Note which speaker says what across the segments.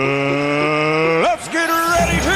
Speaker 1: Uh, let's get ready to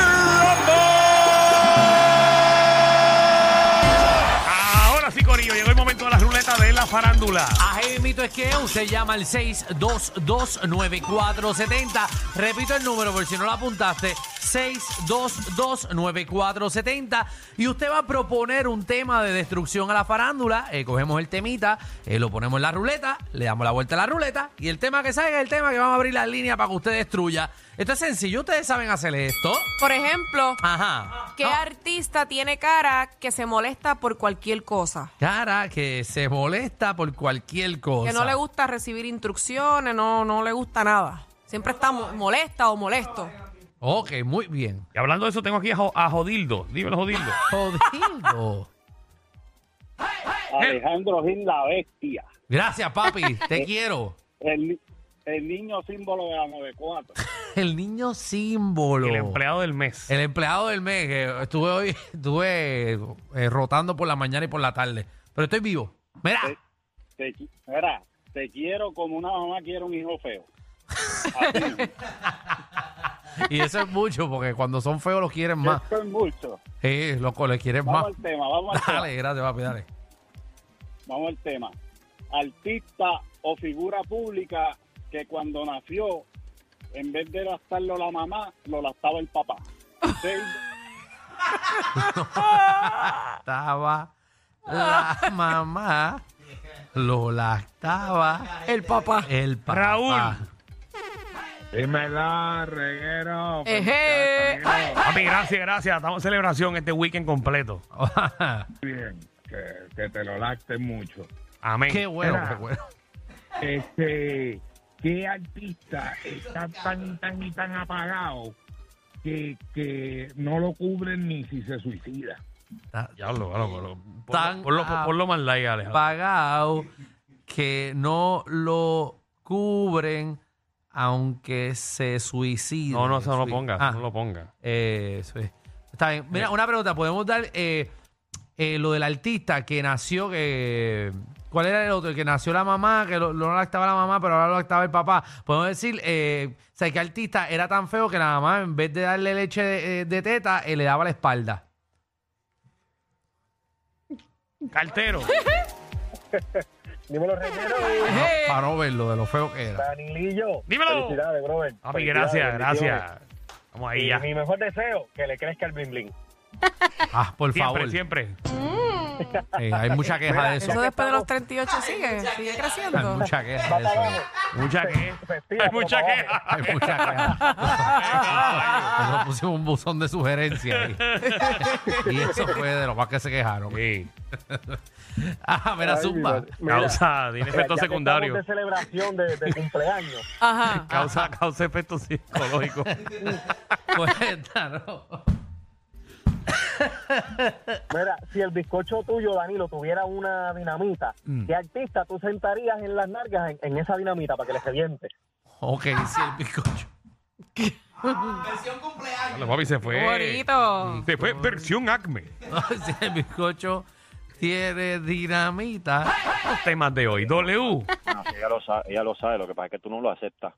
Speaker 2: Ahora sí, Corillo, llegó el momento de la ruleta de la farándula.
Speaker 3: Ahí mito es que usted llama al 6229470. Repito el número por si no lo apuntaste. 6229470. Y usted va a proponer un tema de destrucción a la farándula. Eh, cogemos el temita, eh, lo ponemos en la ruleta, le damos la vuelta a la ruleta. Y el tema que salga es el tema que vamos a abrir la línea para que usted destruya. Esto es sencillo, ustedes saben hacer esto.
Speaker 4: Por ejemplo,
Speaker 3: Ajá. Ah,
Speaker 4: ¿qué
Speaker 3: No.
Speaker 4: artista tiene cara que se molesta por cualquier cosa?
Speaker 3: Cara que se molesta por cualquier cosa.
Speaker 4: Que no le gusta recibir instrucciones, no, no le gusta nada. Siempre está mo- molesta o molesto.
Speaker 3: Ok, muy bien.
Speaker 2: Y hablando de eso, tengo aquí a, Jo- a Jodildo. Dímelo, Jodildo.
Speaker 3: Jodido.
Speaker 5: Alejandro Gil la bestia,
Speaker 3: Gracias, papi. Te quiero.
Speaker 5: el, el niño símbolo de la 94.
Speaker 3: El niño símbolo.
Speaker 2: El empleado del mes.
Speaker 3: El empleado del mes. que estuve hoy, estuve eh, rotando por la mañana y por la tarde. Pero estoy vivo. Mira.
Speaker 5: Te, qui- mira, te quiero como una mamá quiere un hijo feo. Así,
Speaker 3: Y eso es mucho, porque cuando son feos los quieren más.
Speaker 5: esto es mucho.
Speaker 3: Sí, loco, les quieren más.
Speaker 5: Vamos al tema, vamos al tema.
Speaker 3: Dale, gracias, papi, dale.
Speaker 5: Vamos al tema. Artista o figura pública que cuando nació, en vez de gastarlo la mamá, lo lastaba el papá. Seis-
Speaker 3: Estaba la mamá. Lo lactaba. El papá. El papá.
Speaker 2: Raúl.
Speaker 6: Dímelo, reguero.
Speaker 4: Ejé.
Speaker 2: Papi, gracias, gracias. Estamos en celebración este weekend completo.
Speaker 6: Bien, que, que te lo lactes mucho.
Speaker 2: Amén.
Speaker 3: qué bueno,
Speaker 6: Mira.
Speaker 3: qué bueno.
Speaker 6: Este, ¿qué artista está tan, tan y tan apagado que, que no lo cubren ni si se suicida?
Speaker 3: Está-
Speaker 2: Ya lo,
Speaker 3: Tan
Speaker 2: Ponlo, ponlo,
Speaker 3: a-
Speaker 2: ponlo más like, Alejandro.
Speaker 3: pagado que no lo cubren aunque se suicide.
Speaker 2: No, no, eso no lo
Speaker 3: Sui-
Speaker 2: pongas.
Speaker 3: Ah,
Speaker 2: No lo pongas.
Speaker 3: eh, eso es. Está bien. Mira, una pregunta. ¿Podemos dar eh, eh, lo del artista que nació, que... ¿Cuál era el otro? El que nació la mamá, que lo, lo no lactaba la mamá, pero ahora lo lactaba el papá. Podemos decir, eh, o sea, que artista era tan feo que la mamá, en vez de darle leche de, de teta, eh, le daba la espalda.
Speaker 2: Cartero.
Speaker 7: Dímelo, reguero.
Speaker 3: Para no- para no verlo de lo feo que era.
Speaker 7: Danilillo.
Speaker 2: Dímelo.
Speaker 7: Felicidades, brother.
Speaker 2: Papi,
Speaker 7: Felicidades,
Speaker 2: gracias,
Speaker 7: bendiciones.
Speaker 2: gracias. Vamos ahí
Speaker 7: Y
Speaker 2: ya.
Speaker 7: mi mejor deseo, que le crezca el bling bling.
Speaker 3: Ah, por favor.
Speaker 2: Siempre, siempre.
Speaker 3: Eh, hay mucha queja de eso.
Speaker 4: Eso después de los 38 sigue, sigue
Speaker 3: Hay
Speaker 4: creciendo.
Speaker 3: mucha queja de eso.
Speaker 2: Mucha queja.
Speaker 7: Festivo,
Speaker 2: Hay mucha
Speaker 7: por favor.
Speaker 2: queja.
Speaker 3: Hay mucha queja. Nosotros pusimos un buzón de sugerencias ahí. Y eso fue de lo más que se quejaron.
Speaker 2: Sí.
Speaker 3: Ah, mira,
Speaker 7: Ay,
Speaker 3: Zumba.
Speaker 7: Dios. Mira,
Speaker 2: Causa, tiene
Speaker 7: mira,
Speaker 2: efectos
Speaker 7: ya que
Speaker 2: secundarios.
Speaker 7: estamos de celebración de, de cumpleaños.
Speaker 4: Ajá.
Speaker 2: Causa, causa efectos psicológicos.
Speaker 3: Cuéntanos.
Speaker 7: Mira, si el bizcocho tuyo, Danilo, tuviera una dinamita,
Speaker 2: Mm.
Speaker 7: ¿qué artista tú sentarías en las nargas en, en esa dinamita para que le reviente?
Speaker 3: Ok, sí, el bizcocho.
Speaker 2: Dale, papi, se fue.
Speaker 4: Bonito.
Speaker 2: Se fue versión acme.
Speaker 3: Sí, el bizcocho tiene dinamita.
Speaker 2: Los temas de hoy. W.
Speaker 8: ella, lo sabe, ella lo sabe, lo que pasa es que tú no lo aceptas.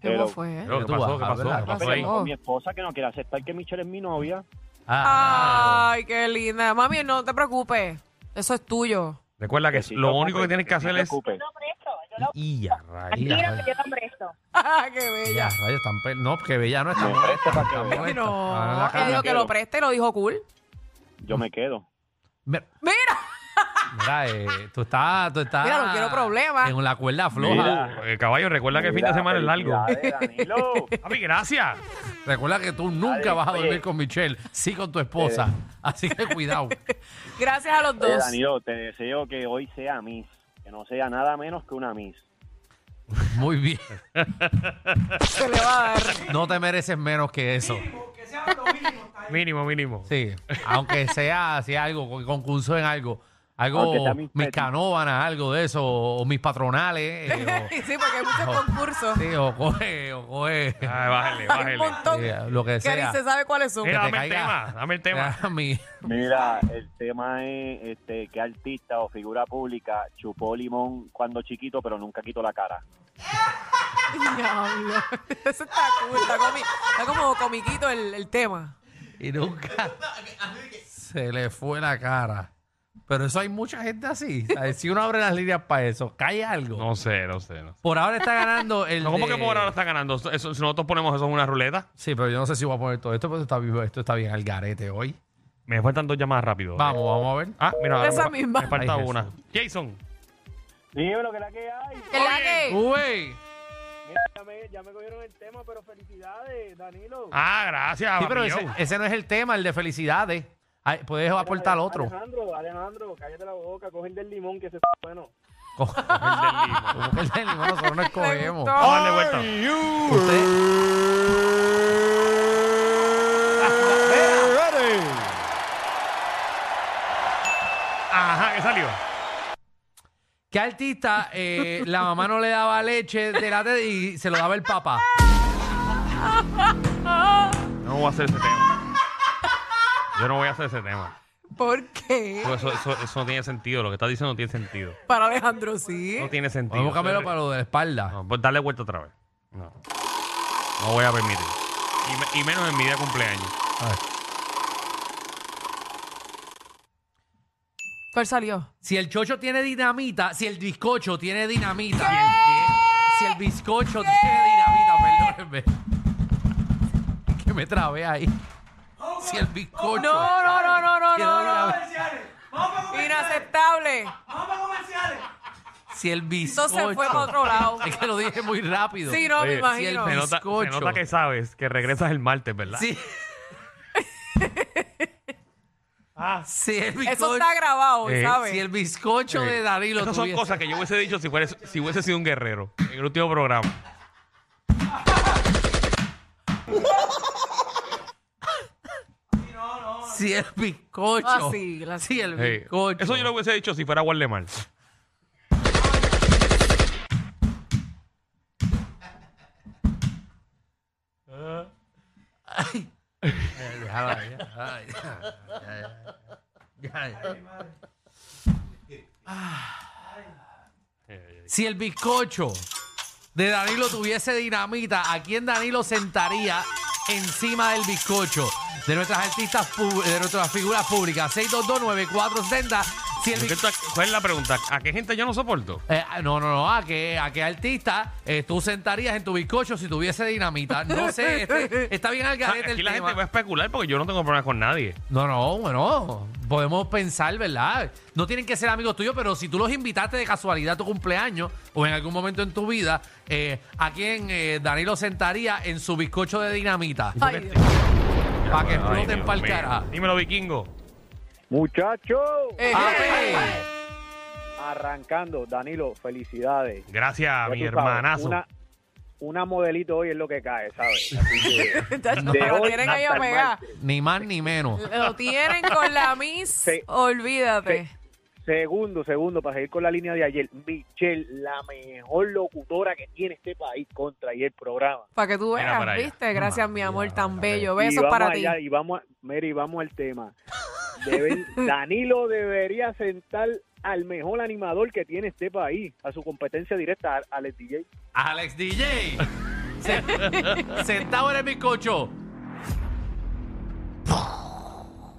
Speaker 3: ¿Qué-
Speaker 4: ¿Cómo fue?
Speaker 2: Pero, ¿Qué
Speaker 3: Tú
Speaker 2: pasó? ¿Qué
Speaker 3: vas,
Speaker 2: pasó?
Speaker 3: ¿verdad?
Speaker 2: ¿Qué pasó ahí?
Speaker 4: Pasó. Oh.
Speaker 8: Con mi esposa que no quiere aceptar que Michelle es mi novia.
Speaker 3: Ah,
Speaker 4: Ay, qué linda. Mami, no te preocupes. Eso es tuyo.
Speaker 2: Recuerda que
Speaker 8: sí,
Speaker 2: lo
Speaker 8: no
Speaker 2: único que
Speaker 8: ocupes,
Speaker 2: tienes que hacer
Speaker 8: no
Speaker 2: es.
Speaker 8: ocupes.
Speaker 3: Y ya, rayos.
Speaker 9: Mira que yo lo presto.
Speaker 4: Ah, qué bella.
Speaker 3: Ya, rayos, tan pe- No, que bella no está.
Speaker 4: Ay,
Speaker 3: molesta. Ah,
Speaker 4: no.
Speaker 3: la
Speaker 4: Él
Speaker 3: cara.
Speaker 4: dijo que lo preste y lo dijo cool.
Speaker 8: Yo me quedo.
Speaker 3: Mira,
Speaker 4: Mira.
Speaker 3: Mira, eh, tú estás, tú estás.
Speaker 4: Mira, no quiero problemas.
Speaker 3: En la cuerda floja.
Speaker 2: Mira, eh, caballo, recuerda que el fin de semana es largo.
Speaker 5: Felicidades, Danilo.
Speaker 2: Papi, gracias.
Speaker 3: Recuerda que tú nunca vas a dormir con Michelle, sí con tu esposa.
Speaker 8: Eh.
Speaker 3: Así que cuidado.
Speaker 4: Gracias a los
Speaker 8: Oye,
Speaker 4: dos.
Speaker 8: Danilo, te deseo que hoy sea Miss. Que no sea nada menos que una Miss.
Speaker 3: Muy bien.
Speaker 4: Se le va a dar.
Speaker 3: No te mereces menos que eso.
Speaker 2: Mínimo, mínimo.
Speaker 3: Sí. Aunque sea así algo, con- concurso en algo.
Speaker 8: Aunque
Speaker 3: Algo,
Speaker 8: sea mis
Speaker 3: mis
Speaker 8: petty.
Speaker 3: canóbanas, algo de eso, o mis patronales. eh,
Speaker 4: Sí, porque hay muchos concursos.
Speaker 3: o, sí, o coge, o coge.
Speaker 2: Ay, bájale,
Speaker 4: Hay un
Speaker 2: bájale.
Speaker 4: montón
Speaker 3: Sí, lo que
Speaker 4: que ni
Speaker 3: sea.
Speaker 4: se sabe cuáles son.
Speaker 2: Mira,
Speaker 3: te
Speaker 2: dame el
Speaker 3: caiga.
Speaker 2: tema. Dame el tema.
Speaker 3: Ah, mi-
Speaker 8: Mira, el tema es este, que artista o figura pública chupó limón cuando chiquito, pero nunca quitó la cara.
Speaker 4: Diablo. Eso está cool, está, comi- está como comiquito el, el tema.
Speaker 3: Y nunca se le fue la cara. Pero eso hay mucha gente así. ¿sabes? Si uno abre las líneas para eso, cae algo.
Speaker 2: No sé, no sé. No, sé.
Speaker 3: Por ahora está ganando el.
Speaker 2: No, ¿Cómo
Speaker 3: de-
Speaker 2: que por ahora está ganando? Eso- eso- si nosotros ponemos eso en una ruleta,
Speaker 3: Sí, pero yo no sé si voy a poner todo esto, pero está, bien- esto está bien al garete hoy.
Speaker 2: me faltan dos llamadas rápido.
Speaker 3: Vamos, vamos a ver.
Speaker 2: Ah, mira, ahora
Speaker 4: Esa
Speaker 2: me, fa-
Speaker 4: misma.
Speaker 2: me falta
Speaker 3: Ay, Jesús.
Speaker 2: una. Jason.
Speaker 7: Dímelo, que la que hay.
Speaker 4: ¿Qué la que?
Speaker 3: Uy.
Speaker 7: Mira, ya me, ya me cogieron el tema, pero felicidades, Danilo.
Speaker 2: Ah, gracias.
Speaker 3: Sí, pero
Speaker 2: papi,
Speaker 3: ese,
Speaker 2: yo.
Speaker 3: ese no es el tema, el de felicidades. Ay, puedes aportar otro.
Speaker 7: Alejandro, Alejandro, cállate la boca, coge el del limón, que ese es bueno.
Speaker 3: Como el del limón, nosotros no escogemos.
Speaker 4: gustó.
Speaker 2: Vamos a darle vuelta.
Speaker 3: Usted-
Speaker 2: Ajá, ¿qué salió?
Speaker 3: ¿Qué artista eh, la mamá no le daba leche de la teta y se lo daba el papá?
Speaker 2: No voy a hacer ese tema. Yo no voy a hacer ese tema.
Speaker 4: ¿Por qué?
Speaker 2: Porque Eso, eso- eso no tiene sentido. Lo que estás diciendo no tiene sentido.
Speaker 4: Para Alejandro, sí.
Speaker 2: No tiene sentido.
Speaker 3: Vamos a cambiarlo para lo de la espalda.
Speaker 2: No, pues dale vuelta otra vez. No. No voy a permitir. Y, me- y menos en mi día de cumpleaños.
Speaker 4: ¿Cuál salió?
Speaker 3: Si el chocho tiene dinamita, si el bizcocho tiene dinamita. Si el bizcocho tiene dinamita, perdónenme. Que me trabé ahí. Si el bizcocho.
Speaker 4: No, no, no, no, no,
Speaker 3: tiene
Speaker 4: no, no.
Speaker 3: dinamita-
Speaker 4: Inaceptable.
Speaker 3: Si el bizcocho.
Speaker 4: Entonces fue para otro lado.
Speaker 3: Es que lo dije muy rápido.
Speaker 4: Sí, no, me
Speaker 2: Oye,
Speaker 3: si el
Speaker 4: imagino.
Speaker 2: Se nota, se
Speaker 3: Bizcocho.
Speaker 2: nota que sabes que regresas el martes, ¿verdad?
Speaker 3: Sí.
Speaker 2: Ah.
Speaker 3: Si el bizcocho.
Speaker 4: Eso está grabado,
Speaker 2: Eh,
Speaker 4: ¿sabes?
Speaker 3: Si el bizcocho de Danilo
Speaker 2: Esas son
Speaker 3: tuviese-
Speaker 2: cosas que yo hubiese dicho si, fuese- si hubiese sido un guerrero en el último programa.
Speaker 3: Si el bizcocho.
Speaker 4: Ah, sí, gracias.
Speaker 3: Si el
Speaker 2: Eh,
Speaker 3: bizcocho.
Speaker 2: eso yo lo hubiese dicho si fuera Guardemar.
Speaker 3: Déjalo ahí, déjalo ahí. Ya, ya, ya, ya. Ah. Si el bizcocho de Danilo tuviese dinamita, ¿a quién Danilo sentaría encima del bizcocho? De nuestras artistas, pub- de nuestras figuras públicas. 6229470. Si el
Speaker 2: ¿Qué
Speaker 3: bizcocho...
Speaker 2: tal- ¿Cuál es la pregunta? ¿A qué gente yo no soporto?
Speaker 3: Eh, no, no, no. ¿A qué, a qué artista eh, tú sentarías en tu bizcocho si tuviese dinamita? No sé. este- está bien al
Speaker 2: Ah,
Speaker 3: garete
Speaker 2: aquí
Speaker 3: el
Speaker 2: la
Speaker 3: tema.
Speaker 2: gente va a especular porque yo no tengo problemas con nadie.
Speaker 3: No, no, bueno. Podemos pensar, ¿verdad? No tienen que ser amigos tuyos, pero si tú los invitaste de casualidad a tu cumpleaños o en algún momento en tu vida, eh, ¿a quién eh, Danilo sentaría en su bizcocho de dinamita?
Speaker 4: Ay, Dios.
Speaker 3: Para que
Speaker 2: Ay,
Speaker 3: exploten
Speaker 2: Dios
Speaker 3: pa'l
Speaker 2: mío.
Speaker 3: carajo.
Speaker 2: Dímelo, vikingo.
Speaker 8: Muchachos,
Speaker 4: Eh,
Speaker 3: ¡Ape!
Speaker 8: Ah, arrancando. Danilo, felicidades.
Speaker 2: Gracias,
Speaker 8: Ya
Speaker 2: mi
Speaker 8: tú sabes,
Speaker 2: hermanazo.
Speaker 8: una, una modelito hoy es lo que cae, ¿sabes? Así que
Speaker 4: muchachos,
Speaker 8: De
Speaker 4: lo
Speaker 8: hoy
Speaker 4: tienen ahí
Speaker 8: hasta el
Speaker 4: pegado.
Speaker 8: martes.
Speaker 3: Ni más ni menos.
Speaker 4: Lo tienen con la Miss.
Speaker 8: Sí.
Speaker 4: Olvídate.
Speaker 8: segundo, segundo, para seguir con la línea de ayer. Michelle, la mejor locutora que tiene este país contra y el programa.
Speaker 4: Para que tú
Speaker 2: Mira para
Speaker 4: veas,
Speaker 2: allá.
Speaker 4: ¿viste? Gracias, mi amor, tan bello.
Speaker 8: y
Speaker 4: Besos
Speaker 8: vamos
Speaker 4: para ti.
Speaker 8: allá, Y vamos, a- mira, y vamos al tema. Debe- Danilo debería sentar al mejor animador que tiene este país, a su competencia directa, a- al DJ.
Speaker 3: Alex DJ. Se- Sentado en el bizcocho.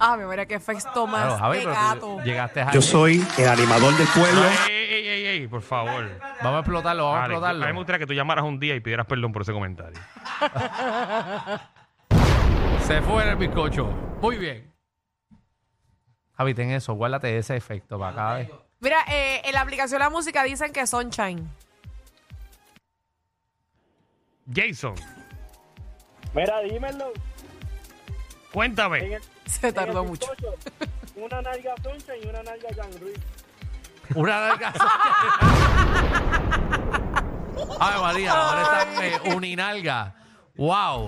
Speaker 4: Ah, mi mira qué efecto
Speaker 3: Claro,
Speaker 4: más
Speaker 3: Javi,
Speaker 4: de
Speaker 3: pero
Speaker 4: gato.
Speaker 3: tú llegaste a...
Speaker 1: soy el animador del pueblo.
Speaker 2: Ey, ey, ey, ey, por favor.
Speaker 3: Vamos a explotarlo, vamos
Speaker 2: Alex,
Speaker 3: a
Speaker 2: a mí me
Speaker 3: explotarlo.
Speaker 2: gustaría que tú llamaras un día y pidieras perdón por ese comentario.
Speaker 3: Se fue en el bizcocho. Muy bien. Javi, ten eso, guárdate ese efecto para cada vez.
Speaker 4: Mira, eh, en la aplicación de la música dicen que Sunshine.
Speaker 2: Jason,
Speaker 7: Mira, dímelo.
Speaker 2: cuéntame.
Speaker 4: Se tardó mucho.
Speaker 7: Una nalga soncha y una nalga cangruí.
Speaker 3: Una larga Ay, María, ahora están eh, uninalga. ¡Wow!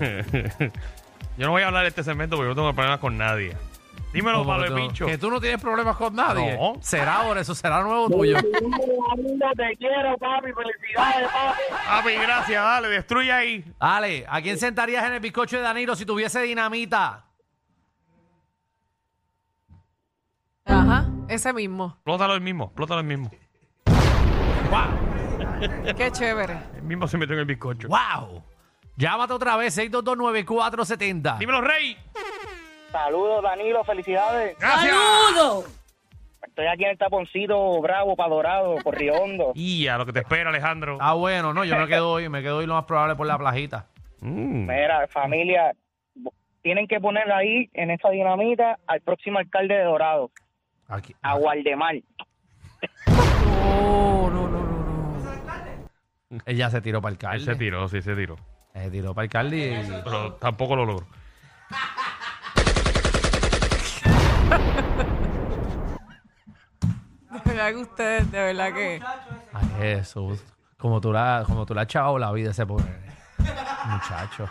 Speaker 2: Yo no voy a hablar de este segmento porque yo no tengo problemas con nadie. Dímelo,
Speaker 3: Como
Speaker 2: Pablo
Speaker 3: que
Speaker 2: de
Speaker 3: tú-
Speaker 2: Pincho.
Speaker 3: Que tú no tienes problemas con nadie.
Speaker 2: No.
Speaker 3: Será ahora, eso será nuevo tuyo.
Speaker 7: Te quiero, papi. Felicidades, papi.
Speaker 2: Papi, gracias, dale, destruye ahí.
Speaker 3: Ale, ¿a quién sentarías en el bizcocho de Danilo si tuviese dinamita?
Speaker 4: Ajá, ese mismo.
Speaker 2: Plótalo el mismo, plótalo el mismo.
Speaker 4: Qué chévere.
Speaker 2: El mismo se metió en el bizcocho.
Speaker 3: ¡Wow! Llámate otra vez, 6229470.
Speaker 2: Dímelo, Rey.
Speaker 7: Saludos, Danilo, felicidades.
Speaker 2: Gracias.
Speaker 9: ¡Saludos!
Speaker 7: Estoy aquí en el taponcito bravo para Dorado, por Riondo.
Speaker 2: Y a lo que te espera, Alejandro.
Speaker 3: Ah, bueno, no, yo me quedo hoy, me quedo hoy lo más probable por la plajita.
Speaker 2: Mm.
Speaker 7: Mira, familia, tienen que poner ahí en esa dinamita al próximo alcalde de Dorado,
Speaker 3: Aquí.
Speaker 7: a Guardemar.
Speaker 4: No, no, no, no, no.
Speaker 3: Ella se tiró para el
Speaker 2: Él se
Speaker 3: calde.
Speaker 2: tiró, sí, se tiró.
Speaker 3: Se tiró para el calde.
Speaker 2: Pero tampoco lo logró.
Speaker 4: De verdad que ustedes, de verdad que.
Speaker 3: y- Ay, Jesús. Como tú la, como tú la has chavado la vida ese pobre muchacho.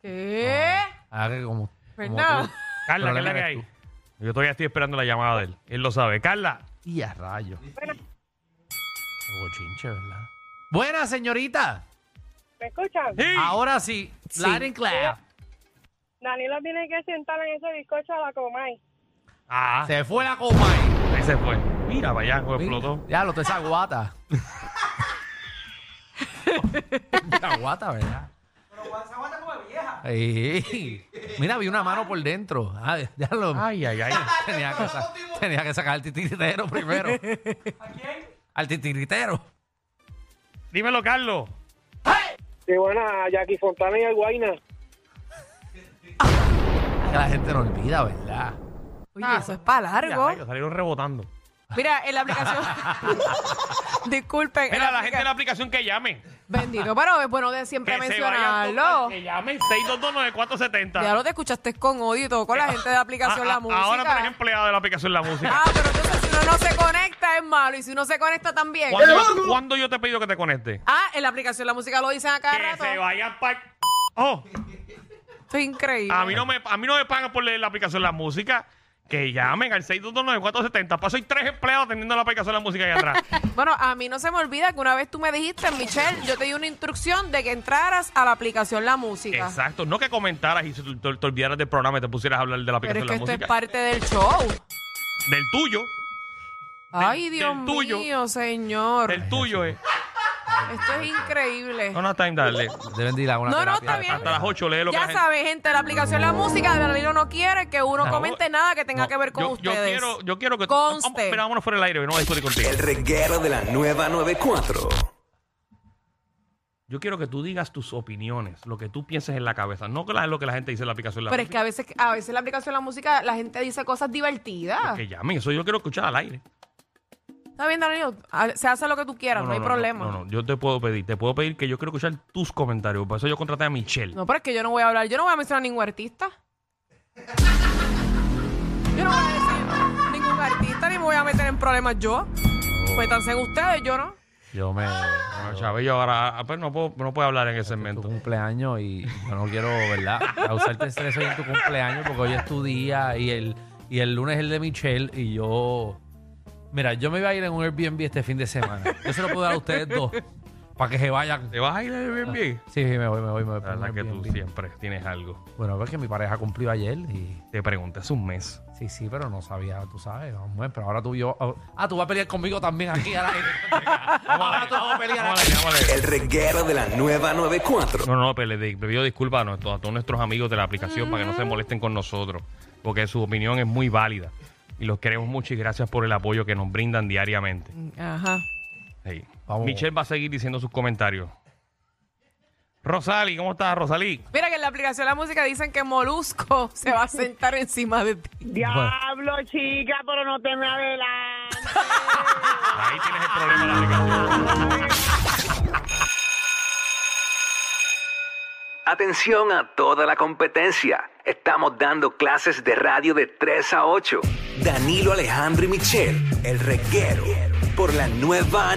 Speaker 4: ¿Qué?
Speaker 3: Ah, que como, como
Speaker 4: Fernando.
Speaker 3: tú-
Speaker 2: Carla, ¿qué es
Speaker 3: problema
Speaker 2: la que
Speaker 3: eres
Speaker 2: hay? Yo todavía estoy esperando la llamada de él. Él lo sabe. Carla.
Speaker 3: Y a rayos. Qué bochinche, ¿verdad? Buena, señorita.
Speaker 10: ¿Me escuchan?
Speaker 2: Sí.
Speaker 3: Ahora sí. Light and clap.
Speaker 10: Danilo tiene que sentar en ese bizcocho a la comay.
Speaker 2: Ah,
Speaker 3: Se fue la copa ahí.
Speaker 2: ahí se fue. Mira, vaya, explotó.
Speaker 3: Ya, lo te esa guata. La guata, ¿verdad? Pero esa guata como vieja. Mira, vi una mano por dentro. Ah, ya lo,
Speaker 2: Ay, ay, ay.
Speaker 3: tenía, que sa- tenía que sacar al titiritero primero. ¿A quién? Al titiritero.
Speaker 2: Dímelo, Carlos.
Speaker 8: Qué buena, Jackie Fontana y Alguaina.
Speaker 3: Ay, La gente no olvida, ¿verdad?
Speaker 4: Oye, eso es para largo.
Speaker 2: Ya, salieron rebotando.
Speaker 4: Mira, en la aplicación. Disculpen. en
Speaker 2: Mira, la gente de
Speaker 4: aplica-
Speaker 2: la aplicación que llame.
Speaker 4: Bendito, pero es bueno de siempre
Speaker 2: Que se vayan
Speaker 4: eh, mencionarlo.
Speaker 2: todos, Que llamen
Speaker 4: Ya
Speaker 2: 6229470.
Speaker 4: lo te escuchaste con odio y todo con la gente de la aplicación
Speaker 2: Eh, A-
Speaker 4: La
Speaker 2: a-
Speaker 4: Música.
Speaker 2: Ah, Ahora tú eres empleado de la aplicación La Música.
Speaker 4: Ah, pero entonces si uno no se conecta es malo. Y si uno se conecta también.
Speaker 2: ¿Cuándo, cuándo yo te he pedido que te conectes?
Speaker 4: Ah, en la aplicación La Música lo dicen a cada
Speaker 2: Que
Speaker 4: rato.
Speaker 2: se vayan para... Oh,
Speaker 4: Esto es increíble.
Speaker 2: a mí, no me, a mí no me pagan por leer la aplicación La Música. Que llamen al 6229470. Paso hay tres empleados teniendo la aplicación La Música ahí atrás.
Speaker 4: Bueno, a mí no se me olvida que una vez tú me dijiste, Michelle, yo te di una instrucción de que entraras a la aplicación La Música.
Speaker 2: Exacto. No que comentaras y se- te, te olvidaras del programa y te pusieras a hablar de la
Speaker 4: Pero es
Speaker 2: aplicación
Speaker 4: que
Speaker 2: La
Speaker 4: esto es
Speaker 2: Música.
Speaker 4: parte del show.
Speaker 2: Del tuyo.
Speaker 4: Ay, Dios
Speaker 2: del tuyo.
Speaker 4: mío, señor.
Speaker 2: Del tuyo, eh.
Speaker 4: Esto es increíble.
Speaker 2: No, no, time, dale.
Speaker 3: Deben de ir a una
Speaker 4: No, no,
Speaker 3: terapia.
Speaker 4: está bien.
Speaker 2: Hasta las 8 lee lo que la
Speaker 4: Ya
Speaker 2: gente-
Speaker 4: sabe, gente, la aplicación La Música de Danilo no quiere que uno
Speaker 2: No,
Speaker 4: comente nada que tenga
Speaker 2: no,
Speaker 4: que ver con
Speaker 2: yo,
Speaker 4: ustedes.
Speaker 2: Yo quiero, yo quiero que...
Speaker 4: Conste.
Speaker 2: Vamos, mira, vámonos fuera del aire, no discutir contigo.
Speaker 1: El reguero de la nueva 94.
Speaker 2: Yo quiero que tú digas tus opiniones, lo que tú pienses en la cabeza, no que la- lo que la gente dice en la aplicación. de La
Speaker 4: Pero es que a veces, a veces la aplicación La Música la gente dice cosas divertidas.
Speaker 2: que llamen, eso yo lo quiero escuchar al aire.
Speaker 4: Está bien, Danilo, a- se hace lo que tú quieras, no, hay problema.
Speaker 2: No,
Speaker 4: No,
Speaker 2: no, yo te puedo pedir, te puedo pedir que yo quiero escuchar tus comentarios. Por eso yo contraté a Michelle.
Speaker 4: pero es que yo no voy a hablar, yo no voy a mencionar ningún artista. Yo no voy a decir ningún artista ni me voy a meter en problemas yo. Métanse en ustedes, yo no.
Speaker 3: Yo me.
Speaker 2: Bueno, Chávez, yo ahora ah, pues no puedo, no puedo hablar en ese segmento.
Speaker 3: tu cumpleaños y yo no quiero, ¿verdad? Causarte estrés hoy en tu cumpleaños porque hoy es tu día y el, y el lunes es el de Michelle y yo... Mira, yo me iba a ir en un Airbnb este fin de semana. Yo se lo puedo dar a ustedes dos para que se vayan.
Speaker 2: ¿Te vas a ir eh,
Speaker 3: Ah,
Speaker 2: bien, bien?
Speaker 3: Sí, sí, me voy, me voy, me
Speaker 2: La
Speaker 3: voy. para un
Speaker 2: verdad que tú
Speaker 3: Airbnb.
Speaker 2: siempre tienes algo.
Speaker 3: Bueno, pues que mi pareja cumplió ayer y...
Speaker 2: Te pregunté hace un mes.
Speaker 3: Sí, sí, pero no sabía, tú sabes. Vamos, pero ahora tú y yo... Ah, tú vas a pelear conmigo también aquí al aire. Ahora tú vas a pelear
Speaker 2: Vamos a
Speaker 3: aquí.
Speaker 2: leer, vamos a leer.
Speaker 1: El reguero de la nueva 94.
Speaker 2: No, no, pero le le pido disculpas a, nuestro- a todos nuestros amigos de la aplicación para que no se molesten con nosotros, porque su opinión es muy válida y los queremos mucho y gracias por el apoyo que nos brindan diariamente.
Speaker 4: Ajá.
Speaker 2: Sí.
Speaker 3: Vamos.
Speaker 2: Michelle va a seguir diciendo sus comentarios. Rosali, ¿cómo estás, Rosali?
Speaker 4: Mira que en la aplicación La Música dicen que Molusco se va a sentar encima de ti.
Speaker 10: Diablo, chica, pero no te me adelantes.
Speaker 2: Ahí tienes el problema de la aplicación.
Speaker 1: Atención a toda la competencia. Estamos dando clases de radio de 3 a 8. Danilo Alejandro y Michel, el reguero por la nueva